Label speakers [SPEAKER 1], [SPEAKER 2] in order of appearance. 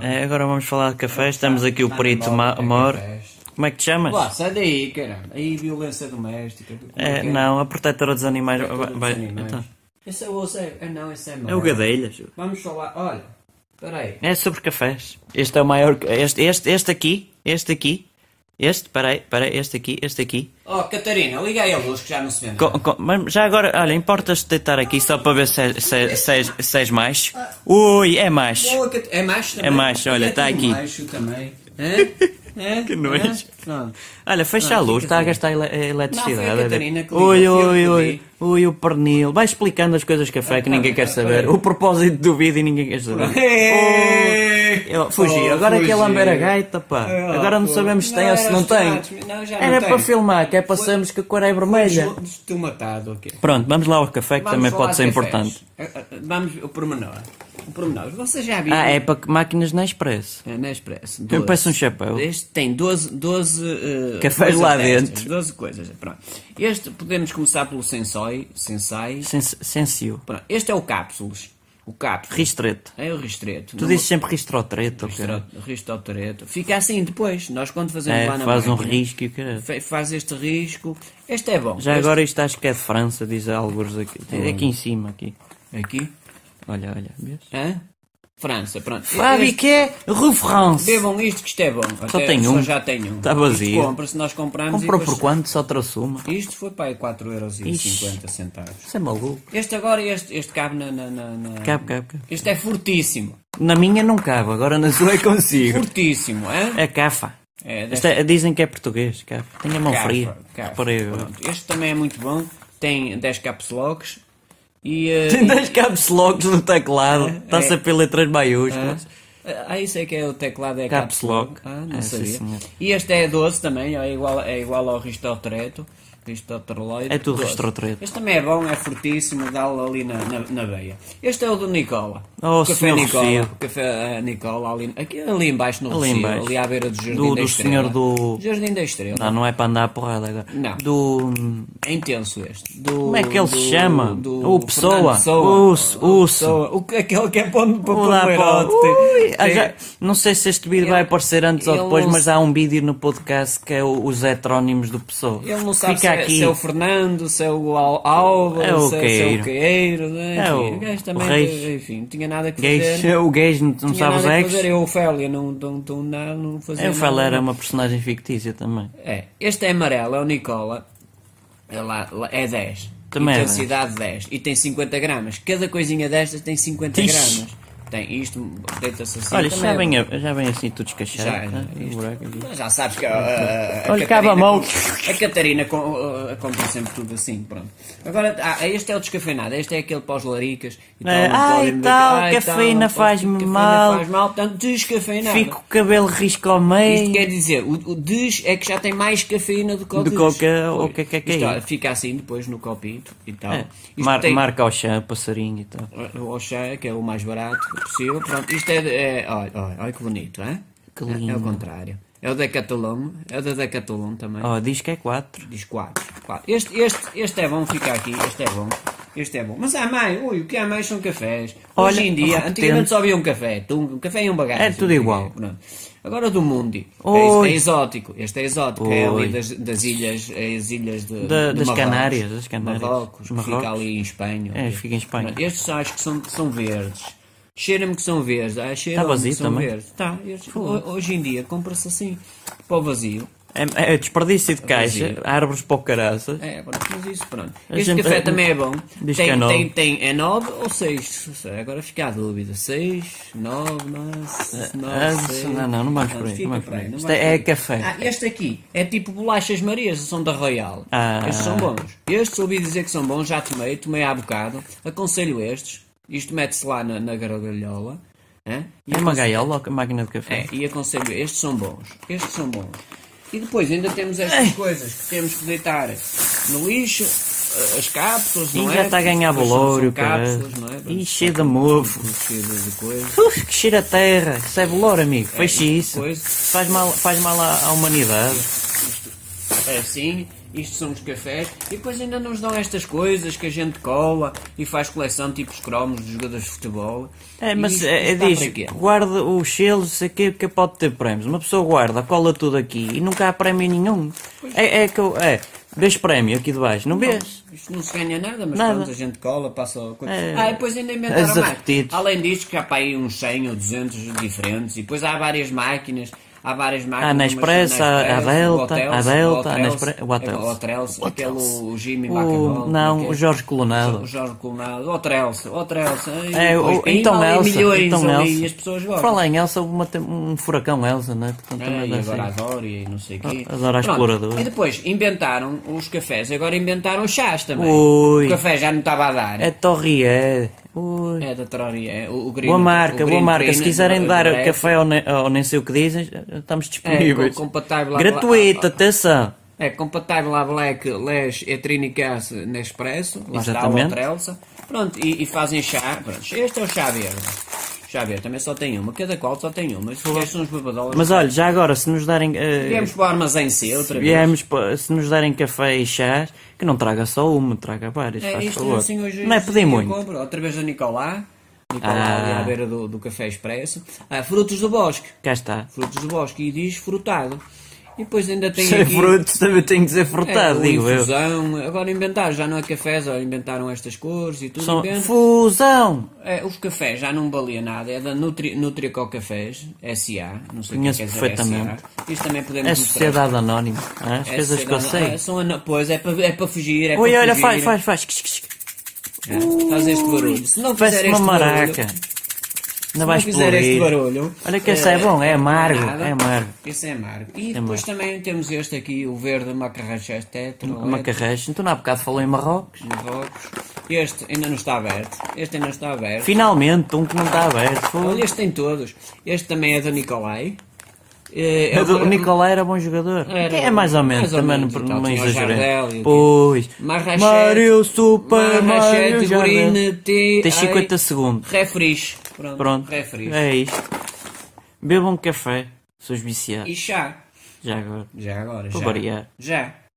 [SPEAKER 1] É, agora vamos falar de cafés. Estamos aqui o perito Ma- Mor. Como é que te chamas?
[SPEAKER 2] Lá, sai daí, caramba. Aí violência doméstica. Como
[SPEAKER 1] É,
[SPEAKER 2] que
[SPEAKER 1] não, a protetora dos animais.
[SPEAKER 2] Protetora dos
[SPEAKER 1] Vai-
[SPEAKER 2] animais.
[SPEAKER 1] então.
[SPEAKER 2] Esse é o osso, é, é não, esse é
[SPEAKER 1] É o
[SPEAKER 2] mau.
[SPEAKER 1] Gadelhas.
[SPEAKER 2] Vamos falar, olha, peraí.
[SPEAKER 1] É sobre cafés. Este é o maior. Este, este, este aqui. Este aqui. Este, peraí, peraí, este aqui, este aqui.
[SPEAKER 2] Oh, Catarina, liga aí a luz que já não se vende.
[SPEAKER 1] Co- co- mas já agora, olha, importas de deitar aqui só para ver se é- se é- se é- se és mais? Ui, é mais.
[SPEAKER 2] Boa, Cat- é macho também.
[SPEAKER 1] É macho, olha,
[SPEAKER 2] É
[SPEAKER 1] tá
[SPEAKER 2] tudo
[SPEAKER 1] aqui.
[SPEAKER 2] macho também. Hã? Hã?
[SPEAKER 1] Que nojo.
[SPEAKER 2] Hã? Pronto.
[SPEAKER 1] Olha, fecha a luz, está a gastar ele- a
[SPEAKER 2] Não, foi a
[SPEAKER 1] eletricidade.
[SPEAKER 2] Catarina que ligou,
[SPEAKER 1] Ui,
[SPEAKER 2] foi eu
[SPEAKER 1] ui,
[SPEAKER 2] que
[SPEAKER 1] ui,
[SPEAKER 2] liguei.
[SPEAKER 1] ui, o pernil. Vai explicando as coisas café que ninguém quer saber. O propósito do vídeo e ninguém quer saber.
[SPEAKER 2] Ei!
[SPEAKER 1] Oh, eu- fugi,
[SPEAKER 2] É. Oh,
[SPEAKER 1] agora é que é
[SPEAKER 2] fugi.
[SPEAKER 1] lamber a gaita, pá.
[SPEAKER 2] Ah,
[SPEAKER 1] Agora não
[SPEAKER 2] pô.
[SPEAKER 1] sabemos se
[SPEAKER 2] Não,
[SPEAKER 1] tem ou se
[SPEAKER 2] era
[SPEAKER 1] não
[SPEAKER 2] os
[SPEAKER 1] tem.
[SPEAKER 2] tomates, não, já não
[SPEAKER 1] Era
[SPEAKER 2] tem.
[SPEAKER 1] para filmar, que é para sabermos que a cor é vermelha.
[SPEAKER 2] Estou matado aqui.
[SPEAKER 1] Pronto, vamos lá ao café que
[SPEAKER 2] Vamos
[SPEAKER 1] também
[SPEAKER 2] falar
[SPEAKER 1] pode ser
[SPEAKER 2] de
[SPEAKER 1] importante.
[SPEAKER 2] cafés. Ah, ah, Vamos, o pormenor. O pormenor. Você já viu?
[SPEAKER 1] Ah, é para que máquinas na Expresso.
[SPEAKER 2] É, na Expresso.
[SPEAKER 1] Eu
[SPEAKER 2] 12.
[SPEAKER 1] peço um chapéu.
[SPEAKER 2] Este tem 12, 12 eh,
[SPEAKER 1] Cafés
[SPEAKER 2] coisas
[SPEAKER 1] lá
[SPEAKER 2] destas,
[SPEAKER 1] dentro.
[SPEAKER 2] 12 coisas, pronto. Este podemos começar pelo sensoi, sensai.
[SPEAKER 1] Sen- Sensio.
[SPEAKER 2] Pronto, este é o cápsulas. O cápsulas.
[SPEAKER 1] Ristreto.
[SPEAKER 2] É o ristreto.
[SPEAKER 1] Tu dizes sempre ristrotreto. ok?
[SPEAKER 2] Ristautoreto. Fica assim depois. Nós quando fazemos
[SPEAKER 1] É,
[SPEAKER 2] lá na
[SPEAKER 1] faz um
[SPEAKER 2] máquina,
[SPEAKER 1] risco e o caralho.
[SPEAKER 2] fe- Faz este risco. Este é bom.
[SPEAKER 1] Já
[SPEAKER 2] Este-
[SPEAKER 1] agora isto acho que é de França, diz alguns aqui. Tem É aqui em cima, aqui.
[SPEAKER 2] Aqui.
[SPEAKER 1] Olha, olha, vês? é
[SPEAKER 2] Hã? França, pronto. Este-
[SPEAKER 1] Fabriqué Rue France.
[SPEAKER 2] Bebam isto que isto é bom. Até
[SPEAKER 1] tem
[SPEAKER 2] só
[SPEAKER 1] um.
[SPEAKER 2] já tenho um.
[SPEAKER 1] Tá vazio.
[SPEAKER 2] Isto compra-se, nós compramos
[SPEAKER 1] Comprou
[SPEAKER 2] e
[SPEAKER 1] por
[SPEAKER 2] depois-
[SPEAKER 1] quanto? Só trouxe uma.
[SPEAKER 2] Isto foi para aí 4,50€.
[SPEAKER 1] Isso é maluco.
[SPEAKER 2] Este agora, este, este cabe na, na, na- na-
[SPEAKER 1] Cabe, cabe, cabe.
[SPEAKER 2] Este é fortíssimo.
[SPEAKER 1] Na minha não cabe, agora na sua eu consigo.
[SPEAKER 2] Fortíssimo, hã?
[SPEAKER 1] É cafa.
[SPEAKER 2] É,
[SPEAKER 1] Isto é- dizem que é português, cafa. Tem a mão
[SPEAKER 2] Cafa,
[SPEAKER 1] fria.
[SPEAKER 2] cafa.
[SPEAKER 1] Reparei agora.
[SPEAKER 2] Pronto, Este também é muito bom. Tem 10 caps locks. E, eh,
[SPEAKER 1] Tem dois caps locks no teclado. Está-se a pela letras maiúsculas.
[SPEAKER 2] Ah, isso é que é o teclado, é
[SPEAKER 1] Caps lock.
[SPEAKER 2] Ah, não
[SPEAKER 1] É, sim,
[SPEAKER 2] sabia.
[SPEAKER 1] senhor.
[SPEAKER 2] e este é 12 também, é igual, é igual ao Ristotreto. Ristotreloide.
[SPEAKER 1] É tudo
[SPEAKER 2] 12.
[SPEAKER 1] Ristotreto.
[SPEAKER 2] Este também é bom, é fortíssimo, dá-lo ali na, na, na veia. Este é o do Nicola.
[SPEAKER 1] Oh,
[SPEAKER 2] café
[SPEAKER 1] senhor
[SPEAKER 2] Nicola.
[SPEAKER 1] Rocio.
[SPEAKER 2] Café ah, Nicola, ali, aqui, ali embaixo no
[SPEAKER 1] Ali
[SPEAKER 2] Rocio,
[SPEAKER 1] embaixo.
[SPEAKER 2] ali à beira do Jardim
[SPEAKER 1] Do-
[SPEAKER 2] da
[SPEAKER 1] do
[SPEAKER 2] Estrela.
[SPEAKER 1] senhor do-
[SPEAKER 2] Jardim da Estrela.
[SPEAKER 1] Não, não é para andar a porrada agora.
[SPEAKER 2] Não.
[SPEAKER 1] Do.
[SPEAKER 2] É intenso este. Do-
[SPEAKER 1] Como é que ele se chama? O Pessoa.
[SPEAKER 2] Fernando Pessoa.
[SPEAKER 1] Usso,
[SPEAKER 2] O
[SPEAKER 1] Usso.
[SPEAKER 2] Pessoa. O que- aquele que é para onde para
[SPEAKER 1] Vou
[SPEAKER 2] pôr
[SPEAKER 1] dar
[SPEAKER 2] o
[SPEAKER 1] para
[SPEAKER 2] beirote.
[SPEAKER 1] o- Ui!
[SPEAKER 2] Tem-
[SPEAKER 1] Ah, já- Não sei se este vídeo vai aparecer antes ou
[SPEAKER 2] ele
[SPEAKER 1] depois,
[SPEAKER 2] não
[SPEAKER 1] mas
[SPEAKER 2] se-
[SPEAKER 1] há um vídeo no podcast que é o- os heterónimos do pessoal.
[SPEAKER 2] Ele não sabe se
[SPEAKER 1] Fica
[SPEAKER 2] é,
[SPEAKER 1] aqui.
[SPEAKER 2] se é o Fernando, se é o Al- Alba,
[SPEAKER 1] É o
[SPEAKER 2] se, é, se é
[SPEAKER 1] Queiro.
[SPEAKER 2] o Queiro, né?
[SPEAKER 1] É
[SPEAKER 2] enfim,
[SPEAKER 1] o-
[SPEAKER 2] gajo
[SPEAKER 1] o
[SPEAKER 2] também,
[SPEAKER 1] Reis.
[SPEAKER 2] enfim, não tinha nada que
[SPEAKER 1] Gays,
[SPEAKER 2] fazer.
[SPEAKER 1] é o gays não, não
[SPEAKER 2] Não tinha
[SPEAKER 1] sabe os
[SPEAKER 2] nada que
[SPEAKER 1] ex. É
[SPEAKER 2] fazer, eu, Ofélia, não, não, não, não, não fazia
[SPEAKER 1] Eu falei,
[SPEAKER 2] nada.
[SPEAKER 1] era uma personagem fictícia também.
[SPEAKER 2] É, este é amarelo, é o Nicola, é, lá, lá- é 10,
[SPEAKER 1] Também é
[SPEAKER 2] intensidade 10, e tem 50 gramas, cada coisinha destas tem 50
[SPEAKER 1] Ixi.
[SPEAKER 2] gramas. Tem isto, deita-se assim.
[SPEAKER 1] Olha, isto
[SPEAKER 2] também
[SPEAKER 1] já
[SPEAKER 2] é
[SPEAKER 1] vem,
[SPEAKER 2] bom.
[SPEAKER 1] a- já vem assim tudo descachado.
[SPEAKER 2] Já, é,
[SPEAKER 1] tá?
[SPEAKER 2] já,
[SPEAKER 1] Um buraco aqui.
[SPEAKER 2] Mas Já sabes que a, a, a
[SPEAKER 1] Olha,
[SPEAKER 2] Catarina-
[SPEAKER 1] cava a mão.
[SPEAKER 2] A Catarina com- a- compra sempre tudo assim, pronto. Agora, ah, este é o descafeinado, este é aquele para os laricas. E
[SPEAKER 1] É,
[SPEAKER 2] não
[SPEAKER 1] ai,
[SPEAKER 2] podem beber-
[SPEAKER 1] tal,
[SPEAKER 2] ai,
[SPEAKER 1] cafeína
[SPEAKER 2] não pode-
[SPEAKER 1] faz-me
[SPEAKER 2] cafeína
[SPEAKER 1] mal.
[SPEAKER 2] faz mal, portanto, descafeinado.
[SPEAKER 1] Fico com o cabelo risco ao
[SPEAKER 2] Isto é-
[SPEAKER 1] meio.
[SPEAKER 2] quer dizer, o, o des é que já tem mais cafeína do que o
[SPEAKER 1] Do
[SPEAKER 2] des.
[SPEAKER 1] que o que- o
[SPEAKER 2] Pois.
[SPEAKER 1] que- que- que é
[SPEAKER 2] Isto,
[SPEAKER 1] isso?
[SPEAKER 2] ó, Fica assim depois no copito e tal.
[SPEAKER 1] É,
[SPEAKER 2] Isto
[SPEAKER 1] mar-
[SPEAKER 2] tem-
[SPEAKER 1] Marca ao chão, passarinho e tal.
[SPEAKER 2] o Oxé, que é o mais barato possível. Pronto, isto é. é olha, olha, olha que bonito, é?
[SPEAKER 1] Que
[SPEAKER 2] É, é
[SPEAKER 1] lindo.
[SPEAKER 2] o contrário. É o Decathlon, é o da Decathlon também.
[SPEAKER 1] Oh, diz que é 4.
[SPEAKER 2] Diz 4. Este, este, este é bom, fica aqui, este é bom. Este é bom. Mas há mais, ui, o que há mais são cafés.
[SPEAKER 1] Olha,
[SPEAKER 2] Hoje em dia,
[SPEAKER 1] repetente.
[SPEAKER 2] antigamente só havia um café, tu- um café e um bagaço.
[SPEAKER 1] É tudo igual.
[SPEAKER 2] Pronto. Agora do Mundi.
[SPEAKER 1] Oi.
[SPEAKER 2] É, é exótico. Este é exótico. É
[SPEAKER 1] Oi.
[SPEAKER 2] ali das, das ilhas, é as ilhas de,
[SPEAKER 1] Da-
[SPEAKER 2] de
[SPEAKER 1] das
[SPEAKER 2] Marrocos.
[SPEAKER 1] Canárias, das Canárias.
[SPEAKER 2] Marrocos, que
[SPEAKER 1] Marrocos.
[SPEAKER 2] fica ali em Espanha.
[SPEAKER 1] É, fica em Espanha.
[SPEAKER 2] Pronto, Estes acho que são, são verdes. Cheira-me que são verdes. Ah, cheira
[SPEAKER 1] vazio
[SPEAKER 2] que são
[SPEAKER 1] também?
[SPEAKER 2] verdes. Tá, estes- ho- hoje em dia compra-se assim, para o vazio.
[SPEAKER 1] É, é desperdício de caixa,
[SPEAKER 2] Vazio.
[SPEAKER 1] árvores para o caraças.
[SPEAKER 2] É, pronto, mas isso, pronto.
[SPEAKER 1] A
[SPEAKER 2] Este
[SPEAKER 1] gente- eh,
[SPEAKER 2] café também é bom.
[SPEAKER 1] Diz
[SPEAKER 2] tem,
[SPEAKER 1] que é nove.
[SPEAKER 2] tem, tem, é 9 ou 6? Agora fica a dúvida. 6, 9, 9, 6.
[SPEAKER 1] Eh, não, não, não vamos por aí, não vamos por aí. Isto é- é café.
[SPEAKER 2] Ah, este aqui é tipo bolachas Marias, são da Royal.
[SPEAKER 1] Ah.
[SPEAKER 2] Estes são bons. Estes ouvi dizer que são bons, já tomei, tomei há bocado. Aconselho estes. Isto mete-se lá na, na gargalhola. hã? E
[SPEAKER 1] É uma gaiola ou máquina de café?
[SPEAKER 2] é, e aconselho, estes são bons, estes são bons. E depois ainda temos estas coisas que temos que deitar no lixo, eh, as cápsulas,
[SPEAKER 1] E
[SPEAKER 2] não é?
[SPEAKER 1] já está a ganhar
[SPEAKER 2] Depois são-
[SPEAKER 1] valor,
[SPEAKER 2] são
[SPEAKER 1] o cara.
[SPEAKER 2] cápsulas, não é?
[SPEAKER 1] Ih, cheio de mofo.
[SPEAKER 2] Cheio de de coisas.
[SPEAKER 1] Uf, que cheira a terra, recebe louro,
[SPEAKER 2] É,
[SPEAKER 1] amigo. Fecha
[SPEAKER 2] e
[SPEAKER 1] isso.
[SPEAKER 2] depois-
[SPEAKER 1] Faz mal, faz mal à, à humanidade.
[SPEAKER 2] É assim, isto são os cafés, e depois ainda nos dão estas coisas que a gente cola e faz coleção tipo os cromos dos jogadores de futebol.
[SPEAKER 1] É, mas
[SPEAKER 2] E isto-
[SPEAKER 1] é,
[SPEAKER 2] isto dá
[SPEAKER 1] diz,
[SPEAKER 2] para quê?
[SPEAKER 1] guarda os selos, isso aqui, porque pode ter prémios. Uma pessoa guarda, cola tudo aqui e nunca há prémio nenhum. É, é que eu. É, vês prémio aqui de baixo, não vês?
[SPEAKER 2] Isto não se ganha nada, mas
[SPEAKER 1] Nada.
[SPEAKER 2] pronto, a gente cola, passa a coisa.
[SPEAKER 1] É.
[SPEAKER 2] Ah, e depois ainda
[SPEAKER 1] As
[SPEAKER 2] inventaram mais.
[SPEAKER 1] apetites.
[SPEAKER 2] Além disto, que há para aí uns 100 ou 200 diferentes, e depois há várias máquinas. Há várias máquinas.
[SPEAKER 1] Há Nespresso, há- há Delta, há Delta, há Nespre-
[SPEAKER 2] é o
[SPEAKER 1] what else? What
[SPEAKER 2] Hotel,
[SPEAKER 1] else?
[SPEAKER 2] aquele Jimmy
[SPEAKER 1] O-
[SPEAKER 2] Macarrone,
[SPEAKER 1] não,
[SPEAKER 2] que é?
[SPEAKER 1] o Jorge Colonado.
[SPEAKER 2] O Jorge Colonado, o Trelsa, o Trelsa.
[SPEAKER 1] É, o, então Elsa.
[SPEAKER 2] milhões
[SPEAKER 1] então
[SPEAKER 2] ali,
[SPEAKER 1] Elsa.
[SPEAKER 2] e as pessoas gostam.
[SPEAKER 1] Fala em Elsa, houve uma tem- um furacão Elsa, né? Portanto,
[SPEAKER 2] Ah,
[SPEAKER 1] também
[SPEAKER 2] e
[SPEAKER 1] dá
[SPEAKER 2] agora
[SPEAKER 1] assim.
[SPEAKER 2] adoro e não sei o quê.
[SPEAKER 1] Ah, adoro a
[SPEAKER 2] Pronto,
[SPEAKER 1] exploradora.
[SPEAKER 2] E depois inventaram os cafés, agora inventaram os chás também.
[SPEAKER 1] Ui.
[SPEAKER 2] O café já não estava a dar.
[SPEAKER 1] É Torre, é. Ui.
[SPEAKER 2] É da Troria, é o, o green,
[SPEAKER 1] Boa marca,
[SPEAKER 2] o
[SPEAKER 1] boa
[SPEAKER 2] green
[SPEAKER 1] marca.
[SPEAKER 2] green,
[SPEAKER 1] Se quiserem
[SPEAKER 2] o
[SPEAKER 1] dar
[SPEAKER 2] black.
[SPEAKER 1] café ou, ne- ou nem sei o que dizem, eh,
[SPEAKER 2] É,
[SPEAKER 1] estamos disponíveis.
[SPEAKER 2] compatável à-
[SPEAKER 1] Gratuito,
[SPEAKER 2] à- à-
[SPEAKER 1] atenção.
[SPEAKER 2] É compatível à Black, Les, Etrinicas, Nespresso, lá está o
[SPEAKER 1] Exatamente.
[SPEAKER 2] Trelsa. Pronto, e, e fazem chá. Pronto, este é o chá verde. Chá verde também só tem uma, cada qual só tem uma. Estes são os babadolas.
[SPEAKER 1] Mas olha, já agora, se nos darem. eh,
[SPEAKER 2] viemos para o armazém C outra vez.
[SPEAKER 1] viemos pa- se nos darem café e chás, que não traga só uma, traga várias,
[SPEAKER 2] É,
[SPEAKER 1] faz
[SPEAKER 2] isto
[SPEAKER 1] favor.
[SPEAKER 2] assim hoje
[SPEAKER 1] não é
[SPEAKER 2] hoje
[SPEAKER 1] pedir
[SPEAKER 2] eu
[SPEAKER 1] muito.
[SPEAKER 2] compro. Outra vez a Nicolá. Nicolá
[SPEAKER 1] Ah.
[SPEAKER 2] ali à beira do, do Café Expresso. Ah, frutos do Bosque.
[SPEAKER 1] Cá está.
[SPEAKER 2] Frutos do Bosque. E diz frutado. E depois ainda tem
[SPEAKER 1] Sem
[SPEAKER 2] aqui...
[SPEAKER 1] frutos também tem que ser
[SPEAKER 2] é,
[SPEAKER 1] frutado,
[SPEAKER 2] o
[SPEAKER 1] digo eu.
[SPEAKER 2] infusão. Agora inventaram, já não é cafés, olha, inventaram estas cores e tudo.
[SPEAKER 1] São-
[SPEAKER 2] inventa-
[SPEAKER 1] Fusão!
[SPEAKER 2] É, os cafés já não valia nada, é da Nutri, Nutrico Cafés, SA, não
[SPEAKER 1] Conheço
[SPEAKER 2] sei o que quer dizer
[SPEAKER 1] perfeitamente.
[SPEAKER 2] SA. Isto também podemos
[SPEAKER 1] É a
[SPEAKER 2] mostrar.
[SPEAKER 1] sociedade anónima. As
[SPEAKER 2] É
[SPEAKER 1] coisas que eu
[SPEAKER 2] sociedade-
[SPEAKER 1] sei.
[SPEAKER 2] é, são ana- pois, é para é para fugir, é
[SPEAKER 1] Ui,
[SPEAKER 2] para
[SPEAKER 1] olha,
[SPEAKER 2] fugir.
[SPEAKER 1] faz, faz, faz. Quish, quish, quish.
[SPEAKER 2] É, faz este barulho. Se não fizer
[SPEAKER 1] Parece
[SPEAKER 2] este
[SPEAKER 1] uma
[SPEAKER 2] barulho,
[SPEAKER 1] maraca. Ainda vais
[SPEAKER 2] se não fizer este barulho. eh,
[SPEAKER 1] Olha que esse é bom, é amargo, é amargo.
[SPEAKER 2] Esse é amargo. E depois também temos este aqui, o verde macarrachas tetra.
[SPEAKER 1] Macarrasco. Então, não há bocado falou em Marrocos.
[SPEAKER 2] Marrocos. Este ainda não está aberto. Este ainda não está aberto.
[SPEAKER 1] Finalmente, um que não está aberto. Foi.
[SPEAKER 2] Olha, este tem todos. Este também é do Nicolai. É, é
[SPEAKER 1] Mas o
[SPEAKER 2] uma-
[SPEAKER 1] Nicolai era bom jogador.
[SPEAKER 2] Era
[SPEAKER 1] é mais ou menos,
[SPEAKER 2] mais ou
[SPEAKER 1] também
[SPEAKER 2] menos
[SPEAKER 1] não,
[SPEAKER 2] e tal,
[SPEAKER 1] não
[SPEAKER 2] tinha o Jardel e
[SPEAKER 1] exagerei.
[SPEAKER 2] o
[SPEAKER 1] Pois.
[SPEAKER 2] Marrachete,
[SPEAKER 1] Mario Super Mario
[SPEAKER 2] Marrachete,
[SPEAKER 1] Jardel.
[SPEAKER 2] Gurine, T,
[SPEAKER 1] Tens 50
[SPEAKER 2] ai.
[SPEAKER 1] segundos.
[SPEAKER 2] Refris. Pronto.
[SPEAKER 1] Pronto.
[SPEAKER 2] Refris.
[SPEAKER 1] É isto. Bebam café, seus viciados.
[SPEAKER 2] E chá.
[SPEAKER 1] Já agora.
[SPEAKER 2] Já agora,
[SPEAKER 1] Para
[SPEAKER 2] já.
[SPEAKER 1] variar.
[SPEAKER 2] Já.